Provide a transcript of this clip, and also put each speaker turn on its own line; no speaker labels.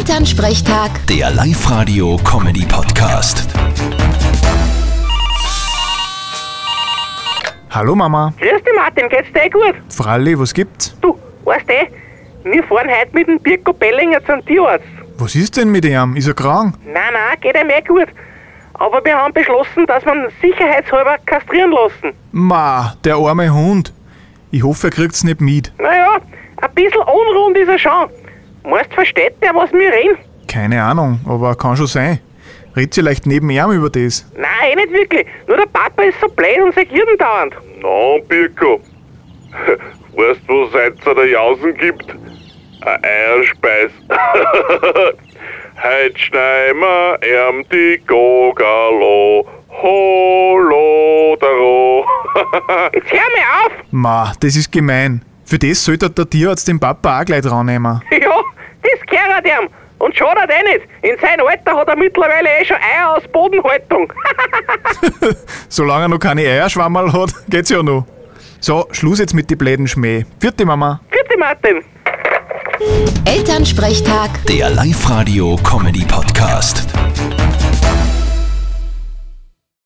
Elternsprechtag,
Der Live-Radio-Comedy-Podcast.
Hallo Mama.
Grüß dich, Martin, geht's dir eh gut?
Fralli, was gibt's?
Du, weißt eh, wir fahren heute mit dem Birko Bellinger zum Tierarzt.
Was ist denn mit ihm? Ist er krank?
Nein, nein, geht ihm eh gut. Aber wir haben beschlossen, dass wir ihn sicherheitshalber kastrieren lassen.
Ma, der arme Hund. Ich hoffe, er kriegt's nicht mit.
Naja, ein bisschen unrund ist er schon. Meinst, versteht der, was wir reden?
Keine Ahnung, aber kann schon sein. Red vielleicht neben ihm über das.
Nein, eh nicht wirklich. Nur der Papa ist so blöd und sagt jeden dauernd.
Na, Birko, weißt du, was es heute der Jausen gibt? Ein Eierspeis. Heute schneiden wir ihm die Gogalo. Holo, daro.
Jetzt hör mir auf!
Ma, das ist gemein. Für das sollte der Tierarzt den Papa auch gleich dran nehmen.
Ja, das gehört ihm. Und schadet eh nicht. In seinem Alter hat er mittlerweile eh schon Eier aus Bodenhaltung.
Solange er noch keine Eierschwammerl hat, geht's ja noch. So, Schluss jetzt mit die bläden Schmäh. Vierte Mama.
Bitte, Martin.
Elternsprechtag.
Der Live-Radio-Comedy-Podcast.